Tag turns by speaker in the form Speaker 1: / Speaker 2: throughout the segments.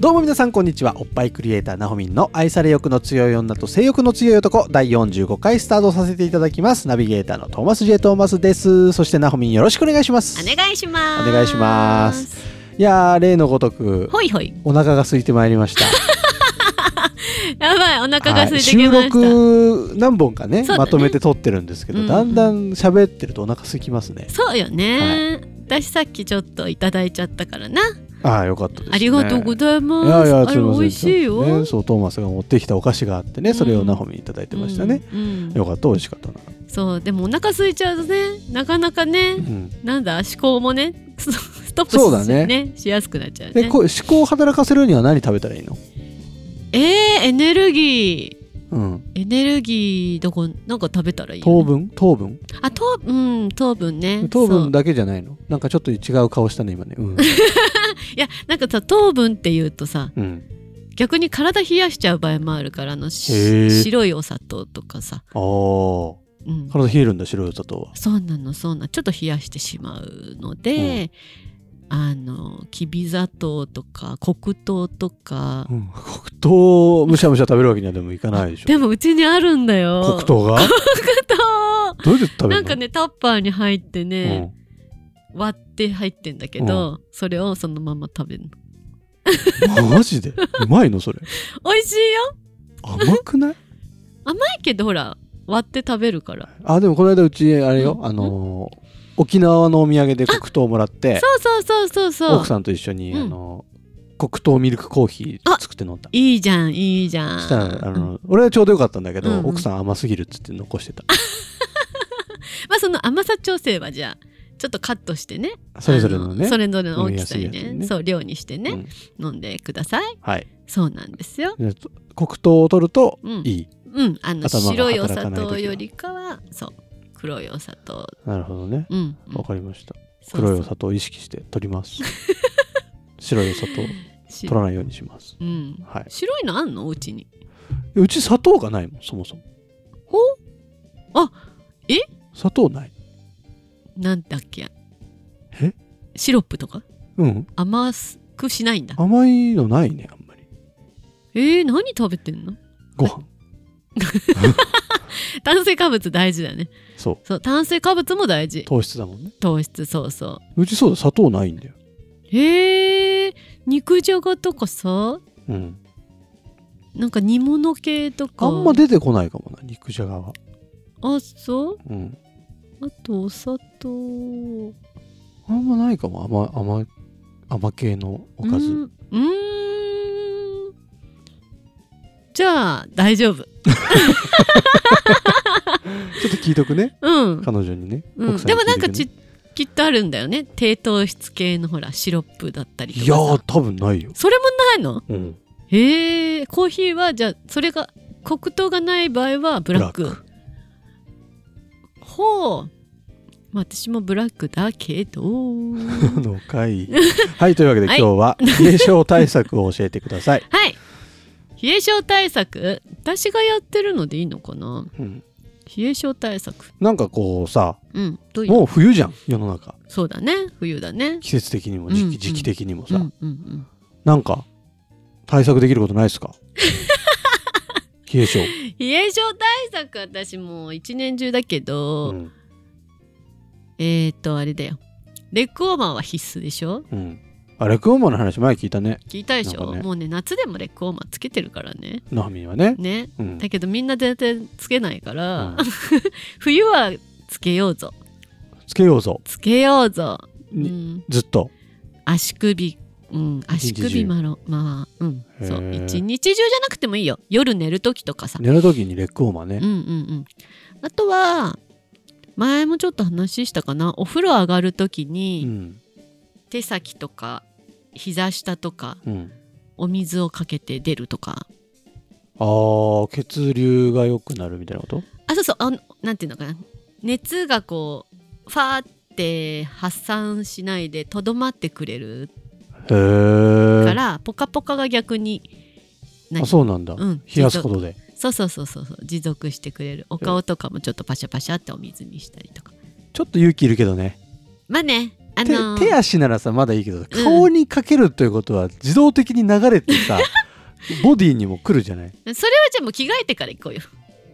Speaker 1: どうも皆さんこんにちはおっぱいクリエイターなほみんの愛され欲の強い女と性欲の強い男第45回スタートさせていただきますナビゲーターのトーマス J トーマスですそしてなほみんよろしくお願いします
Speaker 2: お願いします。
Speaker 1: お願いします。いやー例のごとく
Speaker 2: ほいほい。
Speaker 1: お腹が空いてまいりました
Speaker 2: やばい、 お腹が空いてき
Speaker 1: 収
Speaker 2: ました。
Speaker 1: 録何本かね
Speaker 2: そうだね
Speaker 1: まとめて撮ってるんですけど、
Speaker 2: うん
Speaker 1: だんだん喋ってるとお腹空きますね
Speaker 2: そうよね、私さっきちょっといただいちゃったからな。
Speaker 1: ああよかったですね
Speaker 2: ありがとうございます。
Speaker 1: いやいや
Speaker 2: あ
Speaker 1: す
Speaker 2: れ
Speaker 1: いません
Speaker 2: 美味しいよ。
Speaker 1: ねそうトーマスが持ってきたお菓子があってねそれをなほみんいただいてましたね、
Speaker 2: うん。うん
Speaker 1: よかった美味しかったな、
Speaker 2: そう、でもお腹空いちゃうとね、なかなかね、
Speaker 1: うん
Speaker 2: なんだ、思考もね、 スストップ
Speaker 1: そうだ
Speaker 2: し,、
Speaker 1: ね
Speaker 2: しやすくなっちゃう
Speaker 1: で
Speaker 2: ね。
Speaker 1: こう思考を働かせるには何食べたらいいの、
Speaker 2: えー、エネルギー。
Speaker 1: うん、
Speaker 2: エネルギーどこなんか食べたらいいよね、
Speaker 1: 糖分糖分
Speaker 2: あ糖うん糖分ね
Speaker 1: 糖
Speaker 2: そう
Speaker 1: 分だけじゃないのなんかちょっと違う顔したね今ね、うん
Speaker 2: いやなんかさ糖分っていうとさ
Speaker 1: うん、
Speaker 2: 逆に体冷やしちゃう場合もあるからあのし
Speaker 1: へー
Speaker 2: 白いお砂糖とかさ、
Speaker 1: あー
Speaker 2: うん、
Speaker 1: 体冷えるんだ白いお砂糖は
Speaker 2: そうなのそうなのちょっと冷やしてしまうので、あのきび砂糖とか黒糖とか、
Speaker 1: うん黒糖をむしゃむしゃ食べるわけにはでもいかないでしょ
Speaker 2: でもうちにあるんだよ
Speaker 1: 黒糖 が
Speaker 2: 黒
Speaker 1: どうやって食べるの
Speaker 2: 糖なんかねタッパーに入って
Speaker 1: う
Speaker 2: ね、
Speaker 1: ん
Speaker 2: 割って入ってんだけど、それをそのまま食べるの
Speaker 1: マジでうまいのそれ
Speaker 2: 美味しいよ
Speaker 1: 甘くない
Speaker 2: ないけどほら割って食べるから
Speaker 1: あでもこの間うちあれよ、
Speaker 2: うん
Speaker 1: あのー沖縄のお土産で黒糖をもらって
Speaker 2: そうそうそうそうそう
Speaker 1: 奥さんと一緒に、
Speaker 2: うん
Speaker 1: あのー黒糖ミルクコーヒー作って飲んだ
Speaker 2: いいじゃんいいじゃん
Speaker 1: したらあの、俺はちょうどよかったんだけど、
Speaker 2: うんうん
Speaker 1: 奥さん甘すぎるっつって残してた
Speaker 2: まあその甘さ調整はじゃあちょっとカットしてね
Speaker 1: それぞれの
Speaker 2: あ
Speaker 1: ね
Speaker 2: それぞれの大きさに
Speaker 1: 飲みやすい
Speaker 2: ね
Speaker 1: やつね
Speaker 2: そう量にしてね、飲んでください
Speaker 1: はい
Speaker 2: そうなんですよ
Speaker 1: で黒糖を取ると
Speaker 2: うん
Speaker 1: いい、
Speaker 2: うんあの
Speaker 1: 頭が
Speaker 2: 白いお
Speaker 1: 働かない
Speaker 2: 砂
Speaker 1: 時は
Speaker 2: 糖よりかはそう黒いお砂糖
Speaker 1: なるほどね
Speaker 2: うん、うん
Speaker 1: わかりました
Speaker 2: そうそう
Speaker 1: 黒いお砂糖を意識して取ります 白いお砂糖
Speaker 2: し
Speaker 1: 取らないようにします
Speaker 2: うん
Speaker 1: はい
Speaker 2: 白いのあんのお家に
Speaker 1: うち砂糖がないもんそもそも
Speaker 2: ほあえ
Speaker 1: 砂糖ない
Speaker 2: なんだっけ
Speaker 1: え
Speaker 2: シロップとか
Speaker 1: うん
Speaker 2: 甘くしないんだ
Speaker 1: 甘いのないねあんまり
Speaker 2: えー、何食べてんの
Speaker 1: ご飯
Speaker 2: 炭水化物大事だよね
Speaker 1: そう
Speaker 2: そう炭水化物も大事
Speaker 1: 糖質だもんね
Speaker 2: 糖質そうそう
Speaker 1: うちそうだ砂糖ないんだよ
Speaker 2: へえ肉じゃがとかさ
Speaker 1: うん
Speaker 2: なんか煮物系とか
Speaker 1: あんま出てこないかもな肉じゃがは
Speaker 2: あそう
Speaker 1: うん
Speaker 2: あとお砂糖
Speaker 1: あんまないかも甘甘甘系のおかず
Speaker 2: うーんうーんじゃあ大丈
Speaker 1: ちょ
Speaker 2: 夫
Speaker 1: っと聞いとくね
Speaker 2: うん、
Speaker 1: 彼女にね、
Speaker 2: うん、
Speaker 1: 奥さ
Speaker 2: で
Speaker 1: に
Speaker 2: も
Speaker 1: 聞い
Speaker 2: な
Speaker 1: と
Speaker 2: ん
Speaker 1: くね
Speaker 2: かちきっとあるんだよね低糖質系のほらシロップだったりとか
Speaker 1: い
Speaker 2: さ
Speaker 1: やー多分ないよ、
Speaker 2: それもないの
Speaker 1: うん、
Speaker 2: へえコーヒーはじゃあそれが黒糖がない場合はブラックほうまあ私もブラックだけど は
Speaker 1: の回 はいというわけで今
Speaker 2: はい
Speaker 1: 日は冷え症対策を教えてくださ い、
Speaker 2: い冷え症対策私がやってるのでいいのかな
Speaker 1: うん、
Speaker 2: 冷え症対策
Speaker 1: なんかこうさ
Speaker 2: うんどういう
Speaker 1: もう冬じゃん世の中
Speaker 2: そうだね冬だね
Speaker 1: 季節的にも
Speaker 2: うん
Speaker 1: 時期,、
Speaker 2: うん
Speaker 1: 時期的にも
Speaker 2: う
Speaker 1: さ、
Speaker 2: んうんうん
Speaker 1: なんか対策できることないです か冷え症、
Speaker 2: 冷え症対策私もう一年中だけど、
Speaker 1: うん
Speaker 2: えー、っとあれだよレッグウォーマーは必須でしょ
Speaker 1: うん、あレクオーマの話前聞いたね
Speaker 2: 聞いたでし
Speaker 1: なん
Speaker 2: ょ、
Speaker 1: かね
Speaker 2: もうね夏でもレッグウォーマーつけてるからね
Speaker 1: ナハミンはね、
Speaker 2: ね
Speaker 1: うん
Speaker 2: だけどみんな全然つけないか
Speaker 1: う
Speaker 2: ら、
Speaker 1: ん
Speaker 2: 冬はつけようぞ
Speaker 1: つけようぞ
Speaker 2: つけようぞ、う
Speaker 1: に
Speaker 2: ん、
Speaker 1: ずっと
Speaker 2: 足首、うん、足
Speaker 1: 一日中
Speaker 2: 首まろまあうん
Speaker 1: へー
Speaker 2: そう一日中じゃなくてもいいよ夜寝る時とかさ、
Speaker 1: 寝る時にレッグオーマ
Speaker 2: う
Speaker 1: ね
Speaker 2: ん、うんうんあとは前もちょっと話したかなお風呂上がる時
Speaker 1: う
Speaker 2: に
Speaker 1: ん
Speaker 2: 手先とか膝下とか
Speaker 1: うん、
Speaker 2: お水をかけて出るとか
Speaker 1: あー血流が良くなるみたいなこと
Speaker 2: あそうそうあのなんていうのかな熱がこうファーって発散しないでとどまってくれる
Speaker 1: へー
Speaker 2: から、ポカポカが逆に何
Speaker 1: あそうなんだ、
Speaker 2: うん
Speaker 1: 冷やすことで
Speaker 2: そうそうそうそうそう持続してくれるお顔とかもちょっとパシャパシャってお水にしたりとか
Speaker 1: ちょっと勇気いるけどね、
Speaker 2: まあねあのー
Speaker 1: 手手足ならさまだいいけど顔にかけるということは自動的に流れてさ、ボディにも来るじゃない
Speaker 2: それはじゃあもう着替えてから行こうよ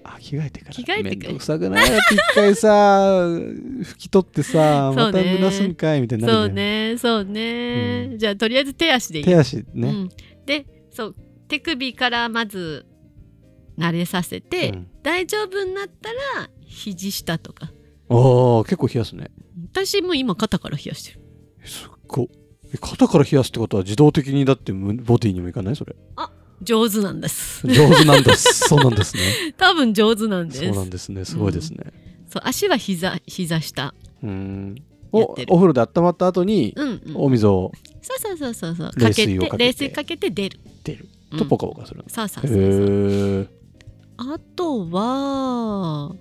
Speaker 1: あ着替えてから
Speaker 2: 着替えてから
Speaker 1: めんどくさくないだって一回さ拭き取ってさ
Speaker 2: そ
Speaker 1: ま
Speaker 2: う
Speaker 1: た
Speaker 2: ね
Speaker 1: 濡らすんかいみたいになるじゃ
Speaker 2: そ
Speaker 1: ん
Speaker 2: うねそうね、
Speaker 1: う
Speaker 2: じゃあとりあえず手足でいい
Speaker 1: 手足
Speaker 2: う
Speaker 1: ね、
Speaker 2: ん、でそう手首からまず慣れさせ
Speaker 1: う
Speaker 2: て、
Speaker 1: ん
Speaker 2: 大丈夫になったら肘下とか
Speaker 1: おー結構冷やすね
Speaker 2: 私もう今肩から冷やしてる
Speaker 1: すっごいえ肩から冷やすってことは自動的にだってむボディにもいかないそれ
Speaker 2: 上手なんです
Speaker 1: 上手なんですそうなんですね
Speaker 2: 多分上手なんです
Speaker 1: そうなんですねすごいですね
Speaker 2: そう足は膝膝下
Speaker 1: うん
Speaker 2: や
Speaker 1: お
Speaker 2: ってる
Speaker 1: お風呂で温まった後に
Speaker 2: うん、うん、
Speaker 1: お水を
Speaker 2: そうそうそうそうそう
Speaker 1: 冷水を
Speaker 2: か
Speaker 1: かけて
Speaker 2: けて冷水かけて出る
Speaker 1: 出る
Speaker 2: うん
Speaker 1: とポカポカする、
Speaker 2: そうそう
Speaker 1: へ
Speaker 2: そうそう
Speaker 1: ー
Speaker 2: あとは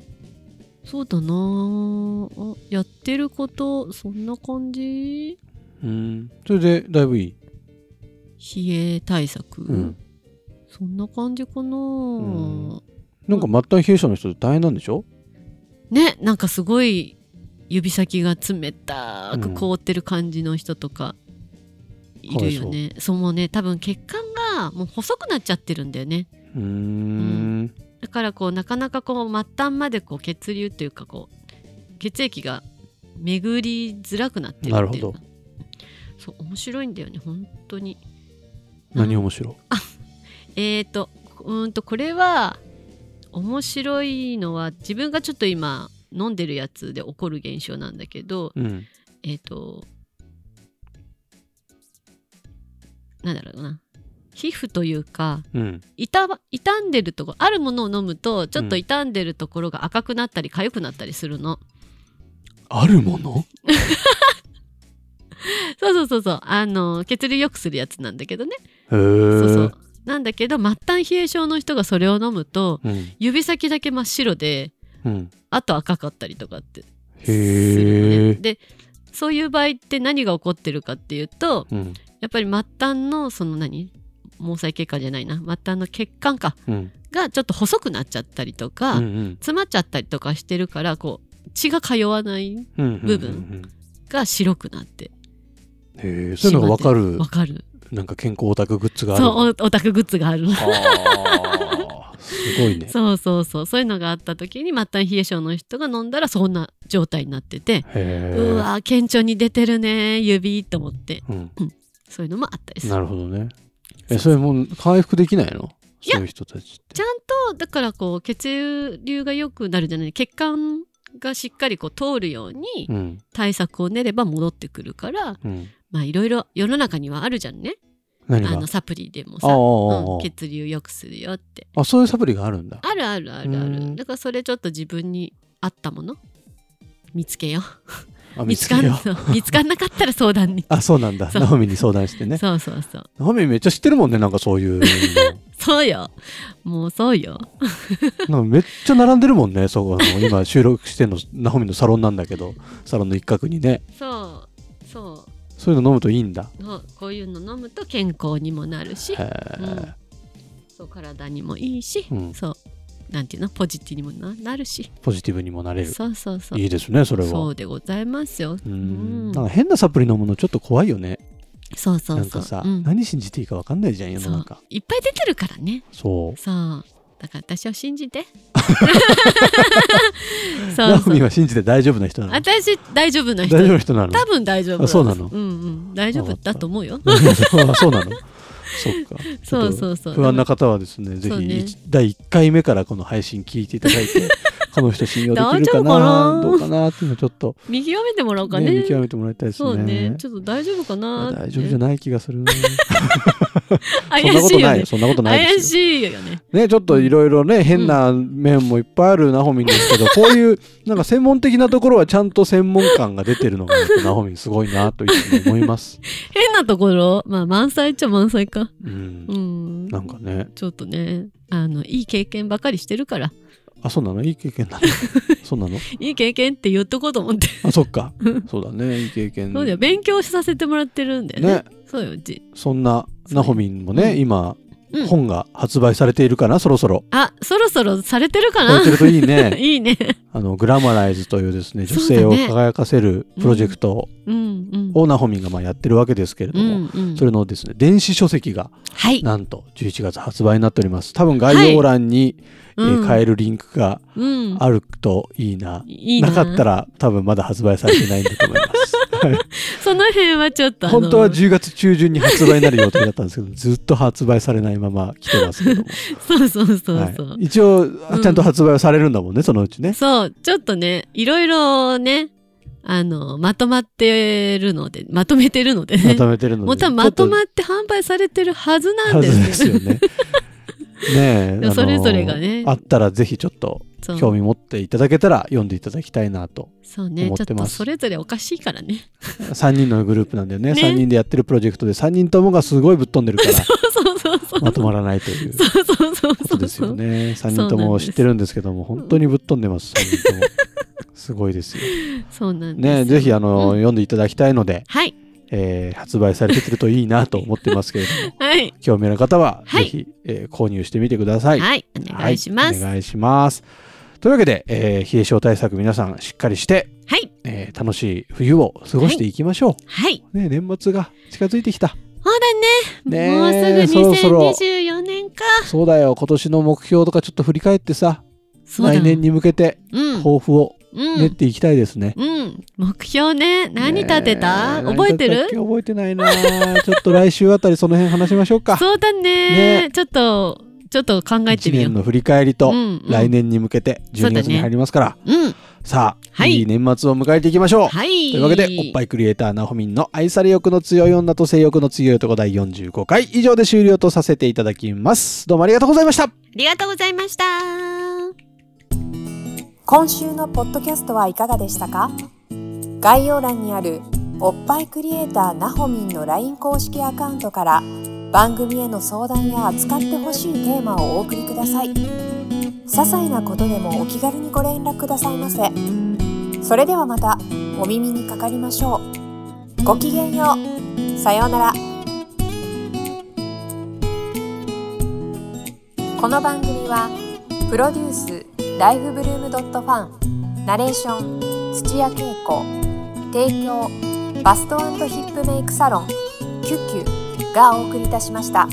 Speaker 2: そうだなあやってることそんな感じ
Speaker 1: うんそれでだいぶいい、
Speaker 2: 冷え対策、
Speaker 1: うん、
Speaker 2: そんな感じかな、
Speaker 1: んなんか末端冷え性の人大変なんでしょ
Speaker 2: ねなんかすごい指先が冷たく凍ってる感じの人とかいるよね、そうもうね多分血管がもう細くなっちゃってるんだよね
Speaker 1: うーん
Speaker 2: だからこうなかなかこう末端までこう血流というかこう血液が巡りづらくなってるっていう
Speaker 1: なるほ
Speaker 2: か
Speaker 1: ど
Speaker 2: そう面白いんだよね本当に
Speaker 1: 何面白い
Speaker 2: えーとうーんとこれは面白いのは自分がちょっと今飲んでるやつで起こる現象なんだけど
Speaker 1: うん
Speaker 2: えっ、となんだろうな皮膚というか
Speaker 1: うん
Speaker 2: 傷ま傷んでるとこあるものを飲むとちょっと傷んでるところが赤くなったり痒くなったりするの、
Speaker 1: あるもの
Speaker 2: そうそうそうそうあの血流良くするやつなんだけどね、
Speaker 1: へー
Speaker 2: そうそうなんだけど末端冷え症の人がそれを飲むと
Speaker 1: うん
Speaker 2: 指先だけ真っ白で
Speaker 1: うん
Speaker 2: あと赤かったりとかってするの
Speaker 1: へ
Speaker 2: ね
Speaker 1: え、
Speaker 2: でそういう場合って何が起こってるかっていうと
Speaker 1: うん
Speaker 2: やっぱり末端のその何毛細血管じゃないな末端の血管か
Speaker 1: うん
Speaker 2: がちょっと細くなっちゃったりとか、
Speaker 1: うんうん
Speaker 2: 詰まっちゃったりとかしてるからこう血が通わない
Speaker 1: うんうん
Speaker 2: 部
Speaker 1: うん
Speaker 2: 分が白くなって
Speaker 1: へえ、そういうのがわかる
Speaker 2: わ、かる
Speaker 1: なんか健康オタクグッズがある。
Speaker 2: そうおオタクグッズがあるの
Speaker 1: あーすごいね。
Speaker 2: そうそうそうそういうのがあった時に末端冷え症の人が飲んだらそんな状態になってて、
Speaker 1: へえ。
Speaker 2: うわー顕著に出てるね指と思って
Speaker 1: うん、
Speaker 2: そういうのもあったりする
Speaker 1: なるほどね。え、それもう回復できないの
Speaker 2: いや
Speaker 1: そういう人たちって
Speaker 2: ち。ゃんとだからこう血流が良くなるじゃない血管がしっかりこう通るように
Speaker 1: うん、
Speaker 2: 対策を練れば戻ってくるから
Speaker 1: うん。
Speaker 2: まあいろいろ世の中にはあるじゃんね
Speaker 1: 何が
Speaker 2: あのサプリでも
Speaker 1: あ
Speaker 2: さ、
Speaker 1: あああ
Speaker 2: うん
Speaker 1: ああ
Speaker 2: 血流良くするよって
Speaker 1: あ、そういうサプリがあるんだ。
Speaker 2: あるあるあるあ
Speaker 1: うーん
Speaker 2: るだからそれちょっと自分に合ったもの見つけよう
Speaker 1: あ、
Speaker 2: 見
Speaker 1: 見つ
Speaker 2: つか
Speaker 1: け
Speaker 2: ん
Speaker 1: よう。、
Speaker 2: そう見つかんなかったら相談に
Speaker 1: あ、そうなんだ。
Speaker 2: そう
Speaker 1: ナオミに相談してね。
Speaker 2: そうそうそう
Speaker 1: ナオミめっちゃ知ってるもんね、なんかそう いうの。
Speaker 2: そうよもうそうよ
Speaker 1: なんかめっちゃ並んでるもんね、そこあの。今収録してんの、ナオミのサロンなんだけど、サロンの一角にね。
Speaker 2: そうそ
Speaker 1: そういうの飲むといいんだ。
Speaker 2: うそうこういうの飲むと健康にもなるし
Speaker 1: へえ。
Speaker 2: うんそう体にもいいし、
Speaker 1: うん
Speaker 2: そうなんていうのポジティブにもななるし
Speaker 1: ポジティブにもなれる。
Speaker 2: そうそうそう
Speaker 1: いいですね、それは。
Speaker 2: そうでございますよ
Speaker 1: うー
Speaker 2: うん
Speaker 1: んなんか変なサプリのものちょっと怖いよね
Speaker 2: そうそうそう
Speaker 1: なんかさ、
Speaker 2: うん
Speaker 1: 何信じていいか分かんないじゃん世
Speaker 2: そ
Speaker 1: の
Speaker 2: う
Speaker 1: 中
Speaker 2: いっぱい出てるからね
Speaker 1: そう
Speaker 2: そうだから私を信 じてそ
Speaker 1: ナ
Speaker 2: う
Speaker 1: フ
Speaker 2: そ
Speaker 1: ミ
Speaker 2: う
Speaker 1: は信じて大丈夫な人なの大
Speaker 2: 私大丈夫な人
Speaker 1: 丈夫な人なの
Speaker 2: 多分大丈夫
Speaker 1: あそうなの
Speaker 2: うんうん大丈夫だと思うよ
Speaker 1: そう そうなのそっかちょっと
Speaker 2: そうそうそう
Speaker 1: 不安な方はですねぜ
Speaker 2: そう
Speaker 1: ひ
Speaker 2: ね
Speaker 1: 一第1回目からこの配信聞いていただいてこの人信用でき
Speaker 2: 大
Speaker 1: る
Speaker 2: 丈
Speaker 1: か
Speaker 2: 夫か
Speaker 1: な
Speaker 2: な
Speaker 1: どうかなっていうのちょっと、
Speaker 2: 見極めてもらおうか
Speaker 1: ね
Speaker 2: ね
Speaker 1: 見極めてもらいたいですね
Speaker 2: そうねちょっと大丈夫かなって
Speaker 1: 大丈夫じゃない気がするそんなこ
Speaker 2: 怪し
Speaker 1: と
Speaker 2: いよ
Speaker 1: ない
Speaker 2: ね
Speaker 1: よそんなことない
Speaker 2: 怪
Speaker 1: ですよ
Speaker 2: しいよね
Speaker 1: ねちょっといろいろね変な面もいっぱいあるナホミンです けど、こういうなんか専門的なところはちゃんと専門感が出てるのがやっぱナホミンすごいなといつも思い ます、
Speaker 2: 変なところまあ満載っちゃ満載か
Speaker 1: うん
Speaker 2: う、ん
Speaker 1: なんかね
Speaker 2: ちょっとねあのいい経験ばかりしてるから
Speaker 1: あそうなのいい経験 なのそうなの
Speaker 2: いい経験って言っとこうと思って
Speaker 1: あそっかそうだねいい経験
Speaker 2: そうだよ勉強させてもらってるんだよね
Speaker 1: ね
Speaker 2: そうようち
Speaker 1: そんなナホミンもね、
Speaker 2: うん
Speaker 1: 今、
Speaker 2: うん
Speaker 1: 本が発売されているかなそろそろ
Speaker 2: あそろそろされてるか
Speaker 1: さ
Speaker 2: な
Speaker 1: れてるといいね
Speaker 2: いいね
Speaker 1: あのグラマライズというですね女
Speaker 2: そうだ
Speaker 1: 性
Speaker 2: ね
Speaker 1: を輝かせるプロジェクト
Speaker 2: うんうん
Speaker 1: をナホミンがまあやってるわけですけれど
Speaker 2: う
Speaker 1: も、
Speaker 2: んうん
Speaker 1: それのですね電子書籍が
Speaker 2: はい
Speaker 1: なんと11月発売になっております多分概要欄に、えー買えるリンクが
Speaker 2: うんうん
Speaker 1: あるといいな、
Speaker 2: いいな
Speaker 1: なかったら多分まだ発売されてないんだと思い ます
Speaker 2: その辺はちょっとあの
Speaker 1: 本当は10月中旬に発売になる予定だったんですけどずっと発売されないまま来てますけども、
Speaker 2: そうそうそうそう、
Speaker 1: はい、一応あちゃんと発売はされるんだもんね、そのうちね
Speaker 2: そう、ちょっとね、いろいろね、あの、まとまってるので、まとめてるので
Speaker 1: ま
Speaker 2: ね。
Speaker 1: とめてるので
Speaker 2: もう多分まとま
Speaker 1: っ
Speaker 2: って販売されてるはず
Speaker 1: た
Speaker 2: なん
Speaker 1: は
Speaker 2: です
Speaker 1: ずですよね ねえ
Speaker 2: それぞれがね
Speaker 1: あったらぜひちょっと
Speaker 2: そう
Speaker 1: 興味持っていただけたら読んでいただきたいなと
Speaker 2: そうね、
Speaker 1: 思
Speaker 2: ちょ
Speaker 1: っ
Speaker 2: って
Speaker 1: ま
Speaker 2: と
Speaker 1: す
Speaker 2: それぞれおかしいからね。
Speaker 1: 3人のグループなんだよね
Speaker 2: ね
Speaker 1: 3人でやってるプロジェクトで3人ともがすごいぶっ飛んでるから
Speaker 2: そうそうそう。
Speaker 1: まとまらないという
Speaker 2: そうそうそう
Speaker 1: こ
Speaker 2: そ
Speaker 1: と
Speaker 2: う。
Speaker 1: ですよね3人とも知ってるんですけども
Speaker 2: んです
Speaker 1: 本当にぶっ飛んでます3人ともすごいですよ
Speaker 2: そうなん ですよ。
Speaker 1: ねぜひあの、
Speaker 2: うん
Speaker 1: 読んでいただきたいので、
Speaker 2: はい、
Speaker 1: えー発売されてくるといいなと思ってますけれども
Speaker 2: はい、
Speaker 1: 興味のある方は
Speaker 2: は
Speaker 1: ぜ
Speaker 2: い
Speaker 1: ひ、えー購入してみてください、
Speaker 2: はい、お願いしま
Speaker 1: は
Speaker 2: す。
Speaker 1: お願いしますというわけで、えー冷え性対策皆さんしっかりして、
Speaker 2: はい、
Speaker 1: えー楽しい冬を過ごしていきましょう、
Speaker 2: はい。
Speaker 1: ね年末が近づいてきた
Speaker 2: ほらね、
Speaker 1: ねえ
Speaker 2: もうすぐ
Speaker 1: そろそろ
Speaker 2: 2024年か。
Speaker 1: そうだよ今年の目標とかちょっと振り返ってさ
Speaker 2: そうだ
Speaker 1: 来年に向けて
Speaker 2: うん、
Speaker 1: 抱負を
Speaker 2: うん
Speaker 1: 練っていきたいですね、
Speaker 2: うん、目標ね何立てた、
Speaker 1: ね
Speaker 2: 覚えて
Speaker 1: 何
Speaker 2: る
Speaker 1: 立てたっけ覚えてないな ちょっと来週あたりその辺話しましょうか
Speaker 2: そうだね
Speaker 1: ね
Speaker 2: ちょっとちょっと考えて
Speaker 1: 1
Speaker 2: みよ
Speaker 1: 年
Speaker 2: う
Speaker 1: の振り返りと、
Speaker 2: うんうん
Speaker 1: 来年に向けて12月に入りますから、
Speaker 2: うん
Speaker 1: さあ、
Speaker 2: はい
Speaker 1: い、い年末を迎えていきましょう、
Speaker 2: はい
Speaker 1: というわけでおっぱいクリエイターなほみんの愛され欲の強い女と性欲の強い男第45回以上で終了とさせていただきますどうもありがとうございました
Speaker 2: ありがとうございました
Speaker 3: 今週のポッドキャストはいかがでしたか概要欄にあるおっぱいクリエイターなほみんの LINE 公式アカウントから番組への相談や扱ってほしいテーマをお送りください些細なことでもお気軽にご連絡くださいませそれではまたお耳にかかりましょうごきげんようさようならこの番組は「プロデュースライフブルームドットファンナレーション土屋恵子提供バストヒップメイクサロン「キュッキュ」がお送りいたしました。